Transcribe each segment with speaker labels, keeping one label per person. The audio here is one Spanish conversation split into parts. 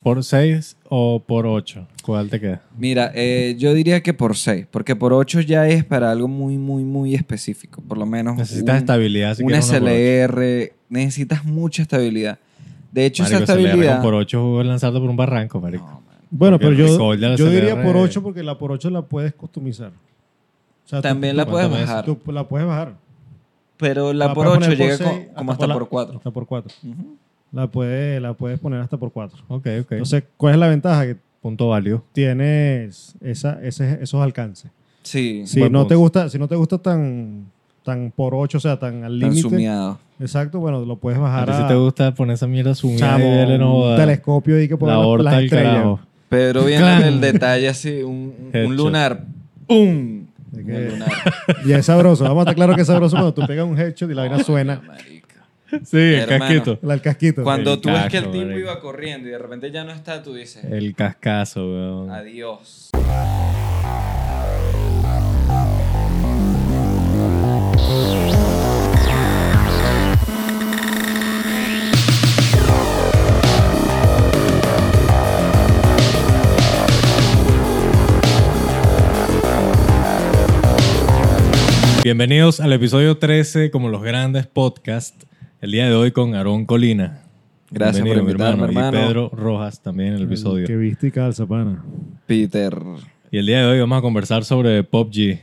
Speaker 1: ¿Por 6 o por 8? ¿Cuál te queda?
Speaker 2: Mira, eh, yo diría que por 6, porque por 8 ya es para algo muy, muy, muy específico. Por lo menos.
Speaker 1: Necesitas
Speaker 2: un-
Speaker 1: estabilidad. Si
Speaker 2: un
Speaker 1: quieres uno por ocho.
Speaker 2: SLR, necesitas mucha estabilidad. De hecho,
Speaker 1: Marico,
Speaker 2: esa
Speaker 1: se le agarra
Speaker 2: estabilidad.
Speaker 1: un por 8 lanzarlo por un barranco, marico.
Speaker 2: No, man.
Speaker 3: Bueno,
Speaker 1: Porque
Speaker 3: pero
Speaker 1: el
Speaker 3: yo,
Speaker 1: recall de la
Speaker 3: yo diría
Speaker 1: CDR
Speaker 3: por 8 porque la por 8 la puedes customizar. O sea, tú-
Speaker 2: También la
Speaker 3: tú-
Speaker 2: puedes
Speaker 3: tú-
Speaker 2: bajar.
Speaker 3: tú la puedes bajar.
Speaker 2: Pero la por
Speaker 3: puedes
Speaker 2: 8
Speaker 3: poner
Speaker 2: llega co-
Speaker 3: seis,
Speaker 2: como hasta
Speaker 3: la-
Speaker 2: por 4.
Speaker 3: Hasta por 4. La puedes, la puedes poner hasta por 4.
Speaker 1: Ok, ok.
Speaker 3: Entonces, ¿cuál es la ventaja? Que
Speaker 1: punto válido.
Speaker 3: tienes esa, ese- esos alcances.
Speaker 2: Sí,
Speaker 3: Si
Speaker 1: Buen
Speaker 3: no,
Speaker 1: punto.
Speaker 3: te gusta, si no te gusta tan, tan por 8, o sea, tan
Speaker 2: tan
Speaker 3: al límite.
Speaker 2: sumiado.
Speaker 3: Exacto, bueno, lo puedes
Speaker 1: A
Speaker 3: bajar
Speaker 1: ti
Speaker 3: a,
Speaker 1: si te gusta poner esa mierda sumida
Speaker 3: chamo,
Speaker 1: y dale, no
Speaker 3: un
Speaker 1: jodas.
Speaker 3: telescopio y que poner
Speaker 1: la
Speaker 3: las-
Speaker 1: aorta
Speaker 3: las
Speaker 1: del
Speaker 3: estrellas.
Speaker 1: carajo.
Speaker 2: Pero
Speaker 1: Clan.
Speaker 2: viene el detalle así: un, un
Speaker 1: Headshot.
Speaker 2: lunar. ¡Pum!
Speaker 3: De
Speaker 2: Un
Speaker 3: que-
Speaker 2: lunar.
Speaker 3: Y es sabroso. Vamos a estar claro que es sabroso cuando tú pegas un headshot y la vaina suena.
Speaker 2: Marica.
Speaker 1: Sí, el
Speaker 2: Hermano.
Speaker 1: casquito.
Speaker 3: El casquito.
Speaker 2: Cuando
Speaker 1: El
Speaker 2: tú ves que el
Speaker 1: caco,
Speaker 2: tipo
Speaker 1: marico. Eh,
Speaker 2: iba corriendo y de repente ya no está, tú dices:
Speaker 1: El cascazo, weón.
Speaker 2: Adiós.
Speaker 1: Bienvenidos al episodio 13, como los grandes podcasts. El día de hoy con Aarón Colina.
Speaker 2: Gracias por
Speaker 1: Bienvenido, mi
Speaker 2: invitarme, hermano.
Speaker 1: Y Pedro Rojas también en el episodio.
Speaker 3: Que viste y calza, pana.
Speaker 2: Peter.
Speaker 1: Y el día de hoy vamos a conversar sobre Pop G.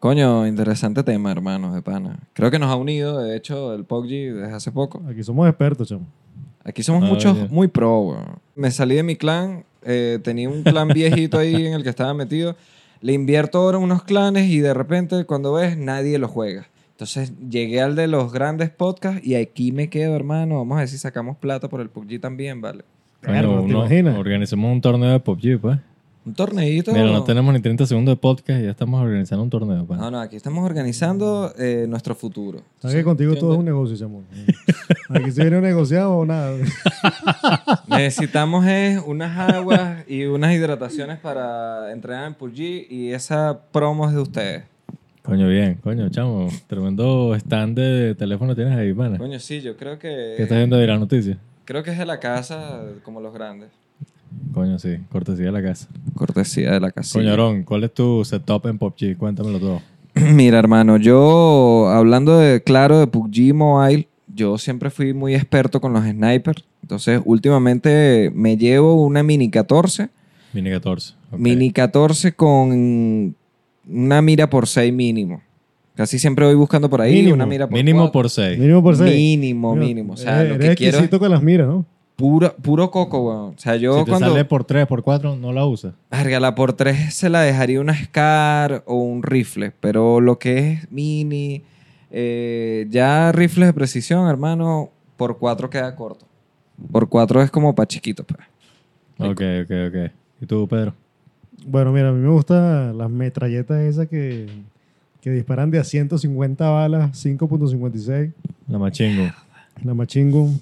Speaker 2: Coño, interesante tema, hermanos de pana. Creo que nos ha unido, de hecho, el PUBG desde hace poco.
Speaker 3: Aquí somos expertos, chamo.
Speaker 2: Aquí somos
Speaker 1: Ah,
Speaker 2: muchos
Speaker 1: ya.
Speaker 2: muy pro, weón. Me salí de mi clan, eh, tenía un clan viejito ahí en el que estaba metido. Le invierto ahora en unos clanes y de repente, cuando ves, nadie lo juega. Entonces llegué al de los grandes podcasts y aquí me quedo, hermano. Vamos a ver si sacamos plata por el PUBG también, ¿vale?
Speaker 3: Claro, ¿te
Speaker 1: uno-
Speaker 3: imaginas?
Speaker 1: Organizamos un torneo de Pop G, pues.
Speaker 2: Un torneito.
Speaker 1: Mira, no tenemos ni 30 segundos de podcast y ya estamos organizando un torneo, pues.
Speaker 2: No, no, aquí estamos organizando eh, nuestro futuro.
Speaker 3: Sabes que contigo todo es un negocio, chamo. Aquí se viene un negociado o nada.
Speaker 2: Necesitamos es unas aguas y unas hidrataciones para entrenar en PUBG y esa promo es de ustedes.
Speaker 1: Coño, bien, coño, chamo. Tremendo stand de teléfono tienes ahí, pana.
Speaker 2: Coño, sí, yo creo que...
Speaker 1: ¿Qué estás viendo de las noticias?
Speaker 2: Creo que es de la casa, como los grandes.
Speaker 1: Coño, sí, cortesía de la casa.
Speaker 2: Cortesía de la casa.
Speaker 1: Coño, Aarón, ¿cuál es tu setup en Pop G? Cuéntamelo todo.
Speaker 2: Mira, hermano, yo hablando de claro de PUBG Mobile, yo siempre fui muy experto con los snipers. Entonces, últimamente me llevo una mini 14,
Speaker 1: Mini 14. ok.
Speaker 2: mini 14 con una mira por 6 mínimo. Casi siempre voy buscando por ahí
Speaker 3: Mínimo,
Speaker 2: una mira por
Speaker 1: Mínimo
Speaker 2: cuatro.
Speaker 1: por 6.
Speaker 3: Mínimo por seis.
Speaker 2: Mínimo, mínimo. O sea,
Speaker 3: Eres-
Speaker 2: lo
Speaker 3: eres
Speaker 2: que quiero es
Speaker 3: exquisito con las miras, ¿no?
Speaker 2: puro, puro coco, weón. O sea, yo
Speaker 1: Si te
Speaker 2: cuando...
Speaker 1: sale por 3, por 4, no la usas.
Speaker 2: Verga, la por 3 se la dejaría una SCAR o un rifle, pero lo que es mini, eh, ya rifles de precisión, hermano, por 4 queda corto. Por 4 es como para chiquito. pues.
Speaker 1: Ok, ok, ok. ¿Y tú, Pedro?
Speaker 3: Bueno, mira, a mí me gustan las metralletas esas que, que disparan de a 150 balas, 5.56,
Speaker 1: La machingo.
Speaker 3: la machingun,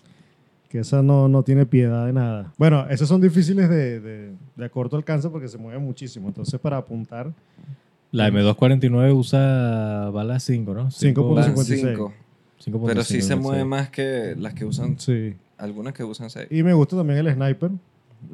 Speaker 3: que esa no, no tiene piedad de nada. Bueno, esas son difíciles de, de- de a corto alcance porque se mueven muchísimo. Entonces, para apuntar,
Speaker 1: La M249 usa bala 5, ¿no? Cinco-
Speaker 2: Van
Speaker 3: 5.56.
Speaker 2: 5,
Speaker 1: 5.5,
Speaker 2: pero sí se
Speaker 1: sí.
Speaker 2: mueve más que las que usan,
Speaker 3: sí.
Speaker 2: algunas que usan 6.
Speaker 3: Y me gusta también el sniper.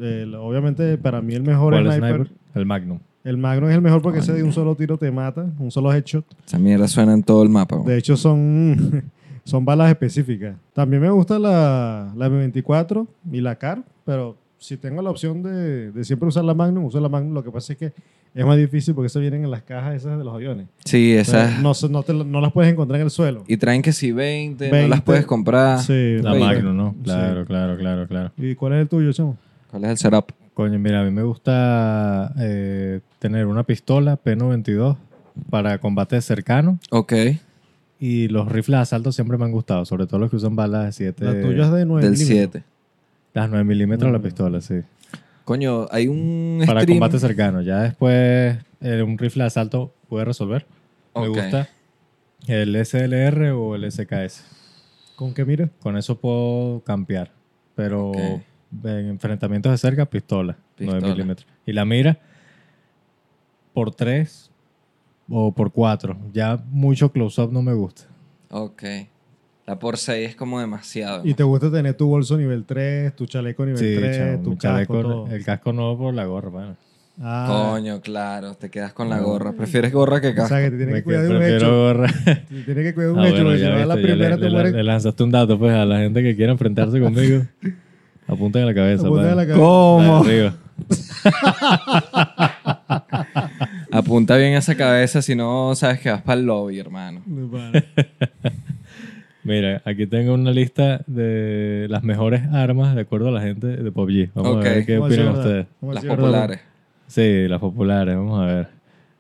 Speaker 3: El- obviamente, para mí el mejor
Speaker 1: ¿Cuál
Speaker 3: sniper,
Speaker 1: sniper? Ah, El Magnum.
Speaker 3: El Magnum es el mejor porque ese de un solo tiro te mata, un solo headshot.
Speaker 2: Esa mierda suena en todo el mapa. weón.
Speaker 3: De hecho, son, son balas específicas. También me gusta la, la M24 y la CAR, pero si tengo la opción de, de siempre usar la Magnum, uso la Magnum. Lo que pasa es que es más difícil porque esas vienen en las cajas esas de los aviones.
Speaker 2: Sí, esas.
Speaker 3: Entonces, No, se- no, te la- no las puedes encontrar en el suelo.
Speaker 2: Y traen que si 20, no
Speaker 3: 20.
Speaker 2: las puedes comprar.
Speaker 3: Sí,
Speaker 1: La
Speaker 2: Oye,
Speaker 1: Magnum, ¿no?
Speaker 3: sí.
Speaker 1: Claro, claro, claro, claro.
Speaker 3: ¿Y cuál es el tuyo, chamo?
Speaker 2: ¿Cuál es el setup?
Speaker 1: Coño, mira, a mí me gusta eh, tener una pistola P92 para combate cercano
Speaker 2: Ok.
Speaker 1: y los rifles de asalto siempre me han gustado, sobre todo los que usan balas de 7.
Speaker 3: La tuya es de 9
Speaker 2: Del 7.
Speaker 1: Las 9 milímetros la
Speaker 3: Mm.
Speaker 1: pistola, sí.
Speaker 2: Coño, hay un
Speaker 1: Para
Speaker 2: stream-
Speaker 1: combate cercano. Ya después eh, un rifle de asalto puede resolver. Me
Speaker 2: Ok.
Speaker 1: gusta el SLR o el SKS.
Speaker 3: ¿Con qué mira?
Speaker 1: Con eso puedo campear. Pero
Speaker 2: Ok.
Speaker 1: en enfrentamientos de cerca, pistola,
Speaker 2: Pistola.
Speaker 1: 9 milímetros. Y la mira por 3 o por 4. Ya mucho close-up no me gusta.
Speaker 2: Ok. La por 6 es como demasiado.
Speaker 3: Y te gusta tener tu bolso nivel 3, tu chaleco nivel
Speaker 1: Sí,
Speaker 3: 3,
Speaker 1: chamo,
Speaker 3: tu
Speaker 1: mi
Speaker 3: chaleco,
Speaker 1: chaleco,
Speaker 3: todo.
Speaker 1: el casco no por la gorra, mano.
Speaker 3: Ah,
Speaker 2: Coño, claro, te quedas con la gorra. Prefieres gorra que
Speaker 3: O
Speaker 2: casco.
Speaker 3: sea, que te tienes
Speaker 1: Me
Speaker 3: que cuidar de un
Speaker 1: prefiero
Speaker 3: hecho.
Speaker 1: gorra.
Speaker 3: Te tienes que cuidar de un
Speaker 1: Ah,
Speaker 3: hecho.
Speaker 1: bueno,
Speaker 3: porque si
Speaker 1: ya
Speaker 3: vas a la
Speaker 1: viste, ya
Speaker 3: primera,
Speaker 1: le,
Speaker 3: te
Speaker 1: le-
Speaker 3: mueres
Speaker 1: le lanzaste un dato pues a la gente que quiera enfrentarse conmigo. Apunta en la cabeza.
Speaker 3: Apunta
Speaker 1: pa.
Speaker 3: en la cabeza.
Speaker 2: ¿Cómo?
Speaker 1: Ahí arriba.
Speaker 2: Apunta bien esa cabeza, si no sabes que vas para el lobby, hermano.
Speaker 1: Mira, aquí tengo una lista de las mejores armas de acuerdo a la gente de PUBG. Vamos
Speaker 2: Ok.
Speaker 1: a ver qué
Speaker 3: Vamos a decir
Speaker 1: opinan
Speaker 3: verdad,
Speaker 1: ustedes.
Speaker 3: vamos a
Speaker 2: Las
Speaker 3: decir verdad.
Speaker 2: populares.
Speaker 1: Sí, las populares, vamos a ver.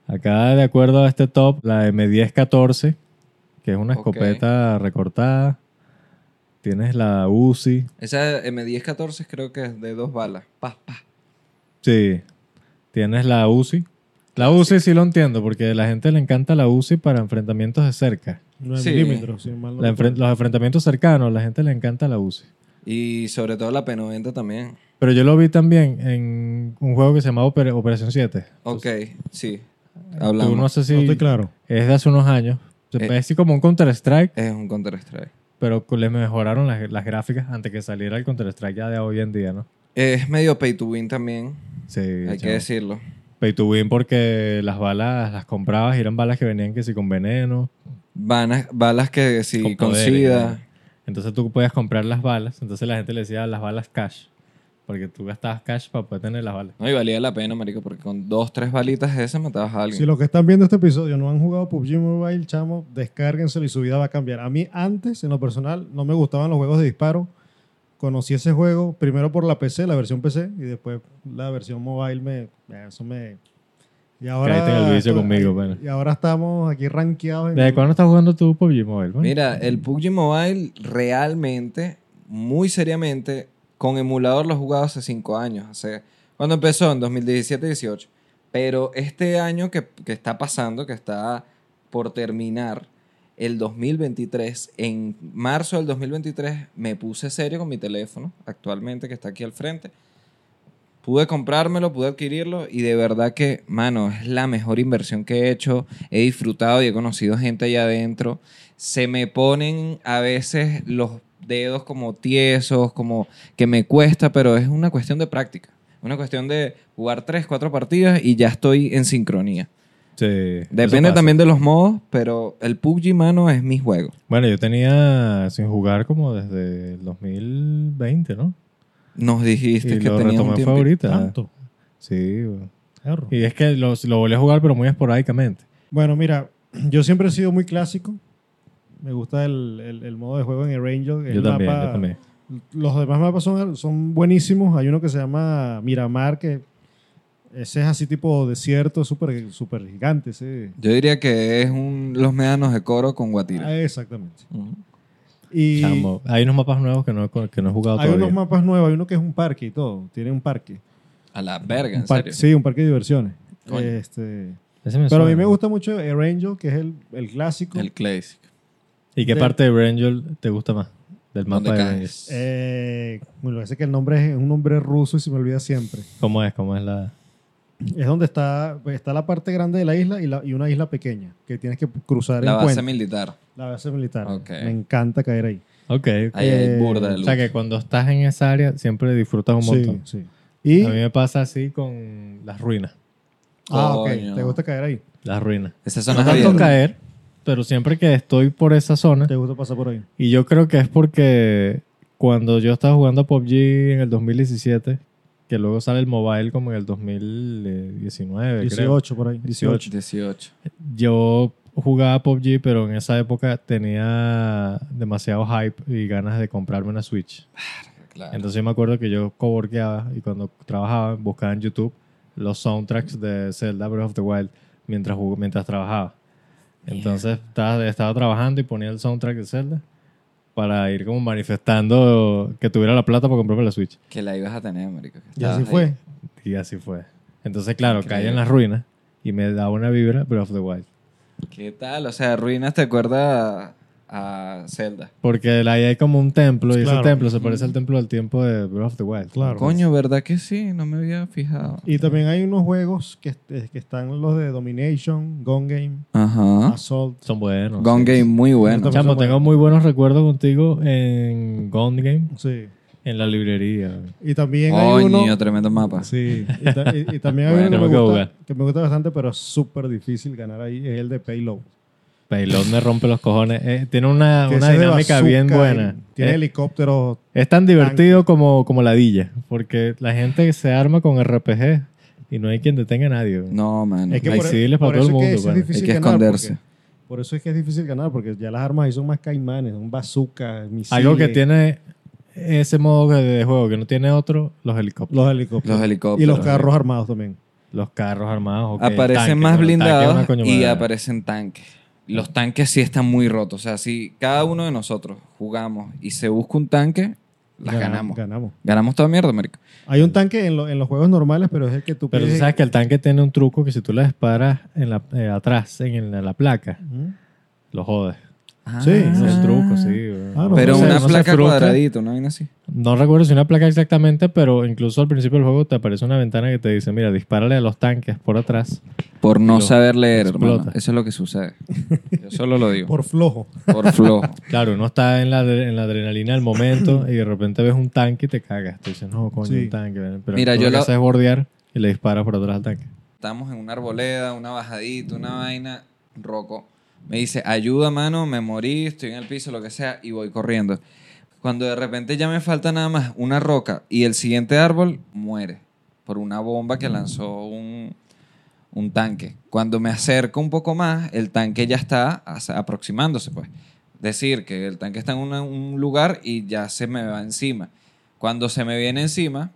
Speaker 1: Acá, de acuerdo a este top, la M1014, que es una
Speaker 2: Ok.
Speaker 1: escopeta recortada. Tienes la Uzi.
Speaker 2: Esa M1014 creo que es de dos balas. Pa, pa.
Speaker 1: Sí. Tienes la Uzi. La Uzi sí lo entiendo, porque a la gente le encanta la Uzi para enfrentamientos de cerca.
Speaker 3: Nueve
Speaker 2: Sí.
Speaker 3: milímetros, si mal no
Speaker 1: La enfren-
Speaker 3: recuerdo.
Speaker 1: los enfrentamientos cercanos, la gente le encanta la Uzi.
Speaker 2: Y sobre todo la P90 también.
Speaker 1: Pero yo lo vi también en un juego que se llamaba Oper- Operación 7.
Speaker 2: Ok, sí.
Speaker 1: Tú no
Speaker 2: Hablamos.
Speaker 1: sé si
Speaker 3: No estoy claro.
Speaker 1: es de hace unos años. Se
Speaker 2: Eh.
Speaker 1: parece como un Counter-Strike,
Speaker 2: Es un Counter-Strike.
Speaker 1: pero co- le mejoraron las, las gráficas antes que saliera el Counter-Strike ya de hoy en día, ¿no?
Speaker 2: Es medio pay to win también,
Speaker 1: Sí,
Speaker 2: hay que
Speaker 1: chamo.
Speaker 2: decirlo.
Speaker 1: Pay to win porque las balas las comprabas y eran balas que venían que sí con veneno.
Speaker 2: Vanas- balas que si
Speaker 1: Con
Speaker 2: con,
Speaker 1: poderes,
Speaker 2: sida.
Speaker 1: Entonces tú podías comprar las balas. Entonces la gente le decía las balas cash. Porque tú gastabas cash para poder tener las balas.
Speaker 2: No, y valía la pena, marico, porque con dos, tres balitas de esas matabas a alguien.
Speaker 3: Si los que están viendo este episodio no han jugado PUBG Mobile, chamo, descárguenselo y su vida va a cambiar. A mí antes, en lo personal, no me gustaban los juegos de disparo. Conocí ese juego primero por la PC, la versión PC, y después la versión mobile me... eh, Eso me... Y ahora...
Speaker 1: Caíste en el vicio
Speaker 3: esto-
Speaker 1: conmigo, bueno.
Speaker 3: Y ahora estamos aquí rankeados. en
Speaker 1: ¿Desde
Speaker 3: el-
Speaker 1: cuándo estás jugando tú PUBG Mobile? Bueno,
Speaker 2: Mira, el PUBG Mobile realmente, muy seriamente, con emulador lo he jugado hace cinco años. O sea, cuando empezó en 2017-18. Pero este año que, que está pasando, que está por terminar, el 2023, en marzo del 2023, me puse serio con mi teléfono, actualmente que está aquí al frente. Pude comprármelo, pude adquirirlo y de verdad que, mano, es la mejor inversión que he hecho. He disfrutado y he conocido gente allá adentro. Se me ponen a veces los dedos como tiesos, como que me cuesta, pero es una cuestión de práctica. Una cuestión de jugar tres, cuatro partidas y ya estoy en sincronía.
Speaker 1: sí, eso
Speaker 2: Depende
Speaker 1: pasa.
Speaker 2: también de los modos, pero el PUBG, mano, es mi juego.
Speaker 1: Bueno, yo tenía sin jugar como desde el 2020, ¿no?
Speaker 2: Nos dijiste
Speaker 1: y
Speaker 2: que
Speaker 1: lo
Speaker 2: tenías un
Speaker 1: retomé fue
Speaker 2: tiempo.
Speaker 1: ahorita.
Speaker 3: Tanto.
Speaker 1: Ah. Sí, güey.
Speaker 3: Erro.
Speaker 1: y es que lo, lo volví a jugar, pero muy esporádicamente.
Speaker 3: Bueno, mira, yo siempre he sido muy clásico. Me gusta el, el- el modo de juego en el Ranger. el
Speaker 1: Yo también,
Speaker 3: mapa-
Speaker 1: yo también.
Speaker 3: Los demás mapas son, son buenísimos. Hay uno que se llama Miramar, que ese es así tipo desierto, súper super gigante. Ese.
Speaker 2: Yo diría que es un Los Médanos de Coro con Guatira.
Speaker 3: Ah, exactamente.
Speaker 2: Ujú.
Speaker 3: Y
Speaker 1: Chamo, hay unos mapas nuevos que no, he- que no he jugado
Speaker 3: hay
Speaker 1: todavía.
Speaker 3: unos mapas nuevos. Hay uno que es un parque y todo. Tiene un parque.
Speaker 2: A la verga,
Speaker 3: Un
Speaker 2: en
Speaker 3: parque-
Speaker 2: serio.
Speaker 3: sí, un parque de diversiones.
Speaker 2: Coño.
Speaker 3: Este,
Speaker 1: Ese me
Speaker 3: pero a mí
Speaker 1: suena.
Speaker 3: me gusta mucho el Ranger, que es el, el clásico.
Speaker 2: El Classic.
Speaker 1: ¿Y qué
Speaker 3: de-
Speaker 1: parte de Brangel te gusta más? Del
Speaker 2: ¿Dónde
Speaker 1: mapa de Brangel.
Speaker 2: caes?
Speaker 3: Eh, bueno, parece que el nombre es, es un nombre ruso y se me olvida siempre.
Speaker 1: ¿Cómo es? ¿Cómo es la...?
Speaker 3: Es donde está, pues, está la parte grande de la isla y, la- y una isla pequeña que tienes que cruzar
Speaker 2: La
Speaker 3: en
Speaker 2: base
Speaker 3: puente.
Speaker 2: militar.
Speaker 3: La base militar.
Speaker 2: Ok.
Speaker 3: Me encanta caer ahí.
Speaker 1: Ok, ok.
Speaker 2: Ahí hay
Speaker 3: Eh,
Speaker 2: burda de
Speaker 1: O
Speaker 2: luz.
Speaker 1: sea que cuando estás en esa área siempre disfrutas un
Speaker 3: Sí,
Speaker 1: montón.
Speaker 3: sí. Y,
Speaker 1: A mí me pasa así con las ruinas.
Speaker 3: ah, ok.
Speaker 2: Coño.
Speaker 3: Te gusta caer ahí.
Speaker 1: Las ruinas.
Speaker 2: Esas
Speaker 1: No
Speaker 2: zonas
Speaker 1: tanto
Speaker 2: abiertas.
Speaker 1: caer, pero siempre que estoy por esa zona,
Speaker 3: Te gusta pasar por ahí.
Speaker 1: y yo creo que es porque cuando yo estaba jugando a PUBG en el 2017, que luego sale el mobile como en el 2019, 18.
Speaker 3: 18 por ahí.
Speaker 1: 18.
Speaker 2: 18.
Speaker 1: Yo jugaba PUBG, pero en esa época tenía demasiado hype y ganas de comprarme una Switch.
Speaker 2: Claro.
Speaker 1: Entonces yo me acuerdo que yo coworkeaba y cuando trabajaba buscaba en YouTube los soundtracks de Zelda Breath of the Wild mientras, jug- mientras trabajaba. Entonces estaba, estaba trabajando y ponía el soundtrack de Zelda para ir como manifestando que tuviera la plata para comprarme la Switch.
Speaker 2: Que la ibas a tener, marico. que
Speaker 3: Y
Speaker 2: estabas
Speaker 3: así
Speaker 2: ahí.
Speaker 3: fue.
Speaker 1: Y así fue. Entonces, claro, caí
Speaker 2: Ah, Increíble.
Speaker 1: en las ruinas y me da una vibra Breath of the Wild.
Speaker 2: ¿Qué tal? O sea, Ruinas te acuerda a Zelda.
Speaker 1: Porque ahí hay como un templo y
Speaker 3: Claro.
Speaker 1: ese templo se parece al templo del tiempo de Breath of the Wild.
Speaker 3: Claro.
Speaker 2: Coño, ¿verdad que sí? No me había fijado.
Speaker 3: Y también hay unos juegos que, eh, que están los de Domination, Gone Game,
Speaker 2: Ajá.
Speaker 3: Assault.
Speaker 1: Son buenos.
Speaker 2: Gone
Speaker 1: sí.
Speaker 2: Game muy bueno.
Speaker 3: Yo
Speaker 1: Chamo,
Speaker 3: Son
Speaker 1: tengo
Speaker 3: buenos.
Speaker 1: muy buenos recuerdos contigo en Gone Game,
Speaker 3: Sí.
Speaker 1: en la librería.
Speaker 3: Y también hay uno...
Speaker 2: Coño, tremendo mapa.
Speaker 3: Sí, y, ta- y- y también hay
Speaker 2: Bueno,
Speaker 3: uno que me,
Speaker 1: tengo que
Speaker 3: gusta, que me gusta bastante, pero es súper difícil ganar ahí, es el de Payload.
Speaker 1: Paylon me rompe los cojones. Eh, tiene una,
Speaker 3: Que
Speaker 1: una
Speaker 3: ese es de
Speaker 1: dinámica bien
Speaker 3: bazooka,
Speaker 1: buena.
Speaker 3: y Tiene
Speaker 1: Eh,
Speaker 3: helicópteros.
Speaker 1: Es tan divertido como, como la Dilla, porque la gente se arma con RPG y no hay quien detenga a nadie. güey.
Speaker 2: No, mano.
Speaker 3: Es que
Speaker 1: hay
Speaker 3: por, e-,
Speaker 1: civiles para
Speaker 3: por
Speaker 1: todo el
Speaker 3: eso es que
Speaker 1: mundo,
Speaker 3: sí
Speaker 1: bueno.
Speaker 3: es difícil
Speaker 2: Hay que
Speaker 3: ganar,
Speaker 2: esconderse.
Speaker 3: porque- por eso es que es difícil ganar, porque ya las armas ahí son más caimanes, son bazookas, misiles.
Speaker 1: Algo que tiene ese modo de- de juego que no tiene otro, los helicópteros.
Speaker 3: Los helicópteros.
Speaker 2: Los helicópteros.
Speaker 3: Y los carros armados también.
Speaker 1: Los carros armados. ok,
Speaker 2: aparecen
Speaker 1: tanques,
Speaker 2: más
Speaker 1: bueno, tanques,
Speaker 2: blindados
Speaker 1: una coño
Speaker 2: y
Speaker 1: madre.
Speaker 2: aparecen tanques. Los tanques sí están muy rotos. O sea, si cada uno de nosotros jugamos y se busca un tanque, las
Speaker 3: Gana-
Speaker 2: ganamos.
Speaker 3: Ganamos.
Speaker 2: Ganamos toda mierda, marico.
Speaker 3: Hay un tanque en, lo- en los juegos normales, pero es el que tú
Speaker 1: Pero tú
Speaker 3: pides-
Speaker 1: sabes que el tanque tiene un truco que si tú le disparas en la, eh, atrás, en, el- en la placa,
Speaker 3: Ujú.
Speaker 1: lo jodes.
Speaker 3: Sí,
Speaker 1: Ese
Speaker 3: no
Speaker 1: es
Speaker 3: sé.
Speaker 1: el truco, sí. güey.
Speaker 3: Ah, no,
Speaker 2: Ah. Pero
Speaker 3: no sé,
Speaker 2: una
Speaker 1: no se
Speaker 2: placa
Speaker 1: frustra.
Speaker 2: cuadradita, una vaina así.
Speaker 1: No recuerdo si una placa exactamente, pero incluso al principio del juego te aparece una ventana que te dice, mira, dispárale a los tanques por atrás.
Speaker 2: Por no
Speaker 1: Lo
Speaker 2: saber leer,
Speaker 1: explota.
Speaker 2: hermano. Eso es lo que sucede. Yo solo lo digo.
Speaker 3: Por flojo.
Speaker 2: Por flojo.
Speaker 1: Claro, uno está en la, adre- en la adrenalina del momento y de repente ves un tanque y te cagas. Te dices, no, coño,
Speaker 3: Sí.
Speaker 1: un tanque. ¿verdad? Pero
Speaker 2: Mira,
Speaker 1: tú
Speaker 2: yo
Speaker 1: lo que
Speaker 2: lo-
Speaker 1: haces es bordear y le disparas por atrás al tanque.
Speaker 2: Estamos en una arboleda, una bajadita, una vaina. Roco me dice, ayuda, mano, me morí, estoy en el piso, lo que sea, y voy corriendo. Cuando de repente ya me falta nada más una roca y el siguiente árbol muere por una bomba que lanzó un, un tanque. Cuando me acerco un poco más, el tanque ya está as- aproximándose, pues. Decir que el tanque está en una- un lugar y ya se me va encima. Cuando se me viene encima,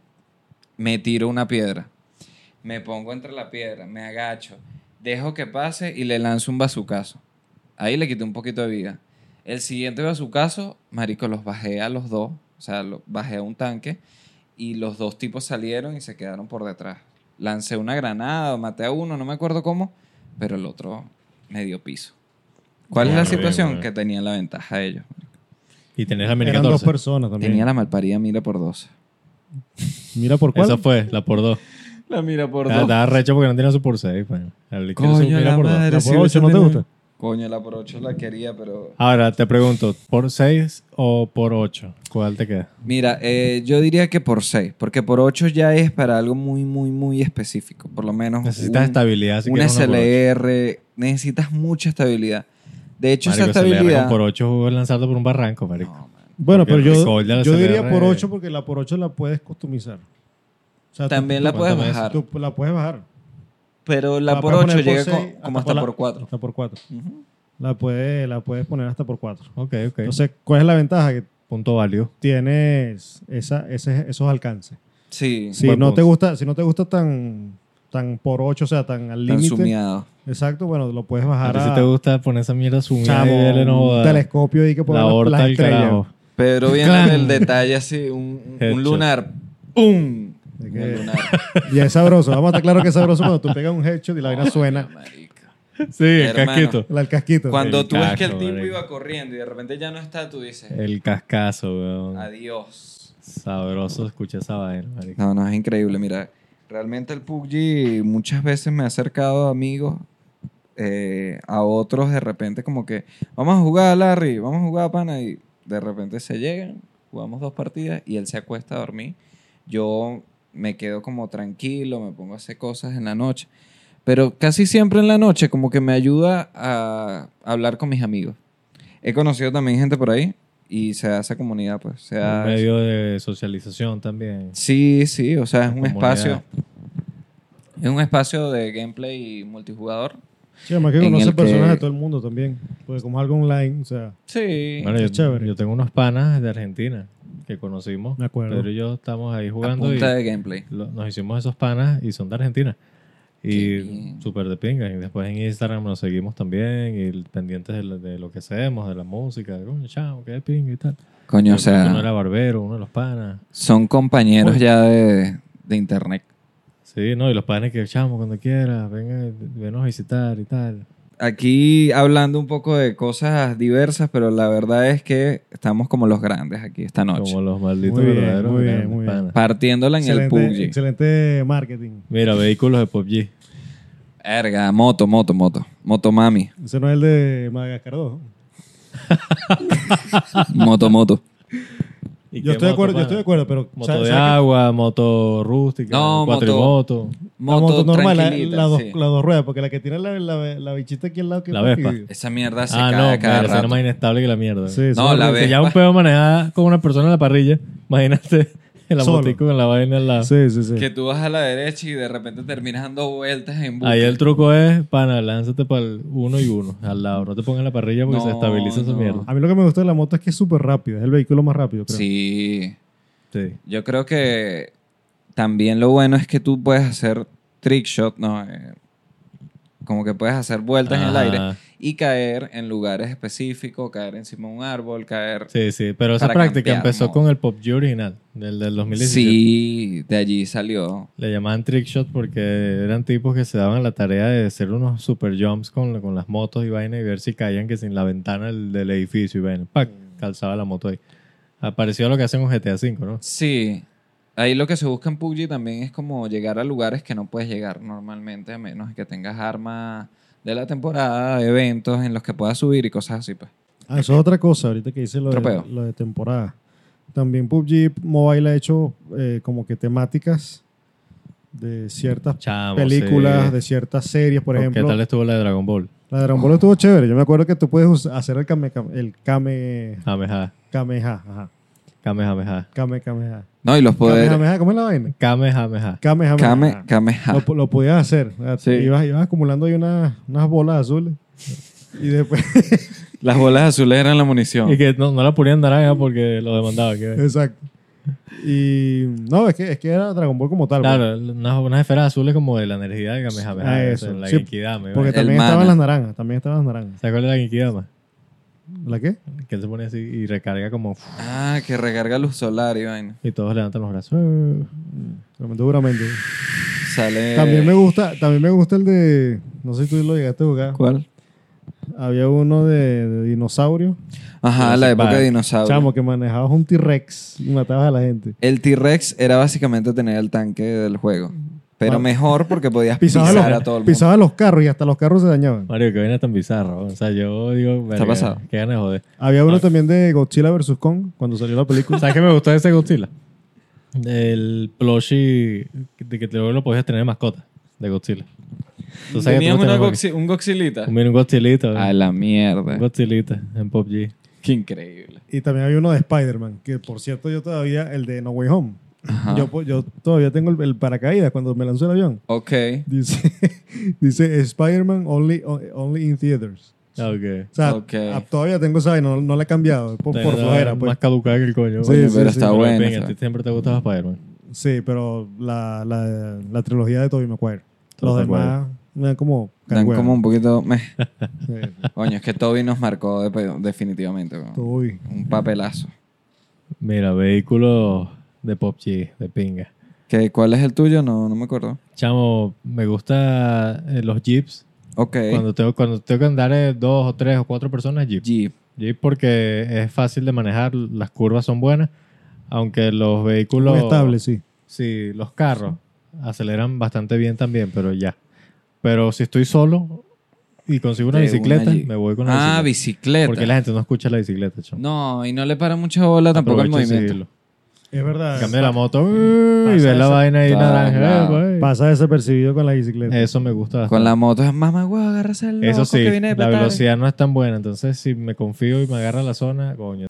Speaker 2: me tiro una piedra. Me pongo entre la piedra, me agacho, dejo que pase y le lanzo un bazucazo. Ahí le quité un poquito de vida. El siguiente bazucazo, marico, los bajé a los dos, o sea, lo- bajé a un tanque y los dos tipos salieron y se quedaron por detrás. Lancé una granada, o maté a uno, no me acuerdo cómo, pero el otro me dio piso. ¿Cuál es la
Speaker 1: Claro, bien,
Speaker 2: situación?
Speaker 1: bueno.
Speaker 2: Que tenían la ventaja ellos.
Speaker 1: Y tenés la mini
Speaker 3: Eran dos
Speaker 1: 14.
Speaker 3: personas también.
Speaker 2: Tenía la malparida mira por 12.
Speaker 3: Mira por cuál.
Speaker 1: Esa fue, la por dos.
Speaker 2: La mira por
Speaker 1: Estaba, estaba recho porque no tiene su por seis. pues. coño. Le quiero su- mira por dos.
Speaker 3: La por ocho, ¿no te gusta?
Speaker 2: Coño, la por 8 la quería, pero...
Speaker 1: Ahora te pregunto, ¿por 6 o por 8? ¿Cuál te queda?
Speaker 2: Mira, eh, yo diría que por 6, porque por 8 ya es para algo muy, muy, muy específico. Por lo menos
Speaker 1: Necesitas
Speaker 2: un,
Speaker 1: estabilidad. Si
Speaker 2: un
Speaker 1: quieres una por ocho.
Speaker 2: SLR, necesitas mucha estabilidad. De hecho,
Speaker 1: Marico,
Speaker 2: esa
Speaker 1: se le agarra
Speaker 2: estabilidad...
Speaker 1: con por 8 es lanzarte por un barranco, marico.
Speaker 2: No, man.
Speaker 3: Bueno,
Speaker 1: Porque
Speaker 3: pero yo,
Speaker 1: Ricoll ya la
Speaker 3: yo diría
Speaker 1: CDR.
Speaker 3: por 8 porque la por 8 la puedes customizar. O sea, tú-
Speaker 2: También la
Speaker 3: tú-
Speaker 2: puedes
Speaker 1: cuéntame eso,
Speaker 2: bajar,
Speaker 3: tú la puedes bajar.
Speaker 2: pero la por
Speaker 3: puedes
Speaker 2: 8
Speaker 3: poner
Speaker 2: llega co-
Speaker 3: seis,
Speaker 2: como hasta
Speaker 3: la-
Speaker 2: por 4.
Speaker 3: Hasta por 4. La puedes, la puedes poner hasta por 4.
Speaker 1: Ok, ok.
Speaker 3: Entonces, ¿cuál es la ventaja? Que
Speaker 1: punto válido.
Speaker 3: tienes esa, ese- esos alcances.
Speaker 2: Sí,
Speaker 3: Si
Speaker 1: Buen
Speaker 3: no,
Speaker 1: punto.
Speaker 3: te gusta, si no te gusta tan, tan por 8, o sea, tan al
Speaker 2: tan
Speaker 3: límite.
Speaker 2: sumiado.
Speaker 3: Exacto, bueno, lo puedes
Speaker 1: A
Speaker 3: bajar
Speaker 1: ti
Speaker 3: a,
Speaker 1: si te gusta poner esa mierda sumida
Speaker 3: chamo,
Speaker 1: y verle no
Speaker 3: un
Speaker 1: joda.
Speaker 3: telescopio y que
Speaker 1: la
Speaker 3: poner las-
Speaker 1: aorta
Speaker 3: las
Speaker 1: al
Speaker 3: estrellas.
Speaker 1: carajo.
Speaker 2: Pero viene
Speaker 1: ¡Clan!
Speaker 2: el detalle así, un, un-
Speaker 1: Headshot.
Speaker 2: un lunar. ¡Pum!
Speaker 3: Es
Speaker 2: Un
Speaker 3: que-
Speaker 2: lunar.
Speaker 3: Y es sabroso. Vamos a estar claro que es sabroso cuando tú pegas un headshot y la vaina suena.
Speaker 2: Coño, marico.
Speaker 1: Sí, el
Speaker 2: Hermano.
Speaker 1: casquito.
Speaker 3: El casquito.
Speaker 2: Cuando
Speaker 1: El
Speaker 2: tú ves que el
Speaker 1: caco,
Speaker 2: tipo
Speaker 1: marico.
Speaker 2: iba corriendo y de repente ya no está, tú dices,
Speaker 1: El cascazo, weón.
Speaker 2: adiós.
Speaker 1: Sabroso, escucha esa vaina, marico.
Speaker 2: No, no, es increíble. Mira, realmente el PUBG muchas veces me ha acercado a amigos, eh, a otros de repente como que, vamos a jugar Larry, vamos a jugar Pana, y de repente se llegan, jugamos dos partidas y él se acuesta a dormir. Yo me quedo como tranquilo, me pongo a hacer cosas en la noche. Pero casi siempre en la noche como que me ayuda a hablar con mis amigos. He conocido también gente por ahí y se hace comunidad, pues. Se
Speaker 1: Un
Speaker 2: hace...
Speaker 1: medio de socialización también.
Speaker 2: Sí, sí, o sea, es un
Speaker 1: Comunidad.
Speaker 2: espacio. Es un espacio de gameplay multijugador.
Speaker 3: Sí, además que
Speaker 2: en
Speaker 3: conoces
Speaker 2: el que-
Speaker 3: personas de todo el mundo también. Porque como es algo online, o sea,
Speaker 2: Sí.
Speaker 1: Bueno,
Speaker 3: Qué
Speaker 1: yo,
Speaker 3: chévere.
Speaker 1: yo tengo unos panas de Argentina que conocimos.
Speaker 3: Me acuerdo.
Speaker 1: Pedro y yo estamos ahí
Speaker 2: a
Speaker 1: jugando. y
Speaker 2: punta de gameplay.
Speaker 1: lo- nos hicimos esos panas y son de Argentina.
Speaker 2: Qué
Speaker 1: Y
Speaker 2: bien.
Speaker 1: súper de pinga. Y después en Instagram nos seguimos también y pendientes de, lo- de lo que hacemos, de la música. Coño, chao, qué de pinga y tal.
Speaker 2: Coño, o
Speaker 1: Yo creo que Uno
Speaker 2: sea,
Speaker 1: era barbero, uno de los panas.
Speaker 2: son compañeros ya de, de internet.
Speaker 1: Sí, no, y los panes que chamo cuando quieras, venga, venos a visitar y tal.
Speaker 2: aquí hablando un poco de cosas diversas, pero la verdad es que estamos como los grandes aquí esta noche.
Speaker 1: Como los malditos
Speaker 3: Muy bien,
Speaker 1: verdaderos.
Speaker 3: muy bien,
Speaker 1: grandes
Speaker 3: muy bien.
Speaker 1: panas.
Speaker 2: Partiéndola en el
Speaker 3: Excelente,
Speaker 2: PUBG.
Speaker 3: excelente marketing.
Speaker 1: Mira, vehículos de PUBG.
Speaker 2: Verga, moto, moto, moto. Moto mami.
Speaker 3: Ese no es el de Madagascar 2.
Speaker 2: Moto, moto.
Speaker 1: ¿Y
Speaker 3: Yo
Speaker 1: qué
Speaker 3: estoy,
Speaker 1: moto,
Speaker 3: de acuerdo, yo
Speaker 1: pana?
Speaker 3: estoy de acuerdo, pero
Speaker 1: Moto
Speaker 3: ¿sabes-
Speaker 1: de
Speaker 3: sabes qué?
Speaker 1: agua, moto rústica,
Speaker 2: No,
Speaker 1: cuatrimoto.
Speaker 3: la
Speaker 2: Moto,
Speaker 3: moto normal, la,
Speaker 2: tranquilita,
Speaker 3: la dos,
Speaker 2: sí.
Speaker 3: la dos ruedas, porque la que tiene la, la, la bichita aquí al lado que
Speaker 1: La
Speaker 3: es
Speaker 1: Vespa.
Speaker 3: fastidio.
Speaker 2: Esa mierda se
Speaker 1: Ah,
Speaker 2: cae
Speaker 1: no,
Speaker 2: cada
Speaker 1: mira, suena
Speaker 2: rato.
Speaker 1: más inestable que la mierda.
Speaker 3: Sí, sí,
Speaker 2: No,
Speaker 3: sí.
Speaker 2: la
Speaker 1: Si ya
Speaker 2: Vespa.
Speaker 1: un pedo manejada con una persona en la parrilla, imagínate el
Speaker 3: Solo.
Speaker 1: amotico con la vaina al lado.
Speaker 3: Sí, sí, sí.
Speaker 2: Que tú vas a la derecha y de repente terminas dando vueltas en bucle.
Speaker 1: Ahí el truco es, pana, lánzate para el uno y uno, al lado. No te pongas en la parrilla porque
Speaker 2: No,
Speaker 1: se estabiliza esa
Speaker 2: no.
Speaker 1: mierda.
Speaker 3: A mí lo que me gusta de la moto es que es súper rápida, es el vehículo más rápido. creo.
Speaker 2: Sí.
Speaker 1: Sí.
Speaker 2: Yo creo que también lo bueno es que tú puedes hacer trick shot, no, eh, como que puedes hacer vueltas en el
Speaker 1: Ah.
Speaker 2: aire y caer en lugares específicos, caer encima de un árbol, caer.
Speaker 1: Sí, sí, pero esa
Speaker 2: Para
Speaker 1: práctica
Speaker 2: campear,
Speaker 1: empezó
Speaker 2: no.
Speaker 1: con el Pop G original, del, del 2017.
Speaker 2: Sí, de allí salió.
Speaker 1: Le llamaban trick shot porque eran tipos que se daban la tarea de hacer unos super jumps con, con las motos y vaina y ver si caían que sin la ventana del, del edificio y vaina. ¡Pac! Calzaba la moto ahí. Apareció lo que hacen con GTA V, ¿no?
Speaker 2: Sí. Ahí lo que se busca en PUBG también es como llegar a lugares que no puedes llegar normalmente, a menos que tengas armas de la temporada, eventos en los que puedas subir y cosas así, pues.
Speaker 3: Ah, eso es otra cosa, ahorita que dice lo, de,
Speaker 2: Tropeo.
Speaker 3: lo de temporada. También PUBG Mobile ha hecho eh, como que temáticas de ciertas
Speaker 1: Chamo,
Speaker 3: películas,
Speaker 1: sí.
Speaker 3: de ciertas series, por
Speaker 1: ¿Qué
Speaker 3: ejemplo.
Speaker 1: tal estuvo la de Dragon Ball?
Speaker 3: La de Dragon Ball estuvo chévere. Yo me acuerdo que tú puedes us- hacer el Kame, Kame- el Kame,
Speaker 1: Kameha,
Speaker 3: Kameha, ajá.
Speaker 1: Kamehameha.
Speaker 3: Kame, Kameha.
Speaker 2: No, y los poderes.
Speaker 3: Kamehameha, ¿cómo es la vaina?
Speaker 1: Kamehameha.
Speaker 3: Kamehameha.
Speaker 2: Kame, Kameha.
Speaker 3: Lo, po- lo podías hacer. O sea,
Speaker 2: Sí.
Speaker 3: Ibas, ibas acumulando ahí unas, unas bolas azules. Y después.
Speaker 2: Las bolas azules eran la munición.
Speaker 1: Y que no, no la ponían naranja porque lo demandaban. que-
Speaker 3: Exacto. Y no, es que, es que era Dragon Ball como tal.
Speaker 1: Claro, unas, unas esferas azules como de la energía de Kamehameha.
Speaker 3: Ah,
Speaker 1: o sea,
Speaker 3: eso,
Speaker 1: la
Speaker 3: sí,
Speaker 1: Genkidama.
Speaker 3: pues. Porque
Speaker 1: vaina.
Speaker 2: El
Speaker 3: también estaban
Speaker 2: mana.
Speaker 3: las naranjas. También estaban las naranjas.
Speaker 1: ¿Sabes cuál es la Genkidama?
Speaker 3: ¿La qué?
Speaker 1: Que él se pone así y recarga como...
Speaker 2: Ah, que recarga luz solar y vaina.
Speaker 1: Y todos levantan los brazos. "Eh".
Speaker 2: Mm.
Speaker 3: Tremendo duramente.
Speaker 2: Sale.
Speaker 3: También me gusta, también me gusta el de. No sé si tú lo llegaste a jugar.
Speaker 2: ¿Cuál?
Speaker 3: Había uno de, de dinosaurio.
Speaker 2: Ajá, la
Speaker 1: Jurassic
Speaker 2: época
Speaker 1: Park.
Speaker 2: de dinosaurios.
Speaker 3: Chamo, que manejabas un T-Rex y matabas a la gente.
Speaker 2: El T-Rex era básicamente tener el tanque del juego. Pero
Speaker 3: Bueno.
Speaker 2: mejor porque podías
Speaker 3: Pisabas
Speaker 2: pisar
Speaker 3: los,
Speaker 2: a todo el mundo.
Speaker 3: pisabas los carros y hasta los carros se dañaban.
Speaker 1: Mario, que viene tan bizarro. O sea, yo digo, verga,
Speaker 2: pasado.
Speaker 1: qué ganas de joder.
Speaker 3: Había
Speaker 2: Ah.
Speaker 3: uno también de Godzilla vs. Kong cuando salió la película.
Speaker 1: ¿Sabes qué me gustó de ese Godzilla? El plushie de que luego lo podías tener de mascota de Godzilla. ¿Tú sabes que tú lo
Speaker 2: Tenías una Ah,
Speaker 1: tenías porque-
Speaker 2: goxi- un goxilita.
Speaker 1: Mira, un Godzillita.
Speaker 2: A
Speaker 1: ¿verdad?
Speaker 2: la
Speaker 1: Un
Speaker 2: mierda.
Speaker 1: Godzillita en Pop G.
Speaker 2: Qué increíble.
Speaker 3: Y también había uno de Spider-Man, que por cierto yo todavía, el de No Way Home.
Speaker 2: Ajá.
Speaker 3: Yo, po- yo todavía tengo el, el paracaídas cuando me lanzó el avión.
Speaker 2: Ok.
Speaker 3: Dice, dice Spider-Man only, only in theaters.
Speaker 1: Ah, ok.
Speaker 3: O sea,
Speaker 2: Ok.
Speaker 3: a- todavía tengo esa vaina, no, no la he cambiado, por, por
Speaker 1: Era
Speaker 3: flojera.
Speaker 1: Más
Speaker 3: Pues.
Speaker 1: caducada que el coño.
Speaker 3: Sí,
Speaker 1: Oye,
Speaker 3: sí,
Speaker 2: pero
Speaker 3: sí,
Speaker 2: está
Speaker 1: pero
Speaker 2: bueno.
Speaker 1: venga,
Speaker 2: está
Speaker 1: a ti siempre te gustaba Spider-Man.
Speaker 3: Sí, pero la, la, la trilogía de Tobey Maguire. Los
Speaker 1: Tobey Maguire.
Speaker 3: demás me dan como...
Speaker 2: Dan
Speaker 3: cangüeva.
Speaker 2: como un poquito... meh.
Speaker 3: Sí,
Speaker 2: Coño, es que Toby nos marcó de pe- definitivamente. weón.
Speaker 3: Tobey.
Speaker 2: Un papelazo.
Speaker 1: Mira, vehículo de Pop G, de pinga.
Speaker 2: ¿Qué, ¿Cuál es el tuyo? No, no me acuerdo.
Speaker 1: Chamo, me gusta eh, los Jeeps.
Speaker 2: Ok.
Speaker 1: Cuando, tengo, cuando tengo que andar eh, dos o tres o cuatro personas, Jeep.
Speaker 2: Jeep.
Speaker 1: Jeep porque es fácil de manejar, las curvas son buenas, aunque los
Speaker 3: Muy
Speaker 1: vehículos...
Speaker 3: estable, sí.
Speaker 1: Sí, los carros aceleran bastante bien también, pero ya. Pero si estoy solo y consigo una
Speaker 2: De
Speaker 1: bicicleta,
Speaker 2: una Jeep.
Speaker 1: me voy con la bicicleta.
Speaker 2: Ah, bicicleta.
Speaker 1: Porque la gente no escucha la bicicleta, chamo.
Speaker 2: No, y no le para mucha bola tampoco al
Speaker 1: Aprovecho y
Speaker 2: movimiento.
Speaker 1: síguelo.
Speaker 3: Es verdad.
Speaker 1: En cambio la moto ¡uy! y
Speaker 3: Pasa
Speaker 1: ve la
Speaker 3: esa-
Speaker 1: vaina ahí
Speaker 2: Ah,
Speaker 1: naranja.
Speaker 2: claro.
Speaker 1: eh, güey.
Speaker 3: Pasa desapercibido con la bicicleta.
Speaker 1: Eso me gusta.
Speaker 2: Con
Speaker 1: bastante.
Speaker 2: la moto es mamá, guau, agarras el loco
Speaker 1: Eso sí,
Speaker 2: que viene de
Speaker 1: la
Speaker 2: Petare".
Speaker 1: velocidad no es tan buena. Entonces, si me confío y me agarra la zona, coño.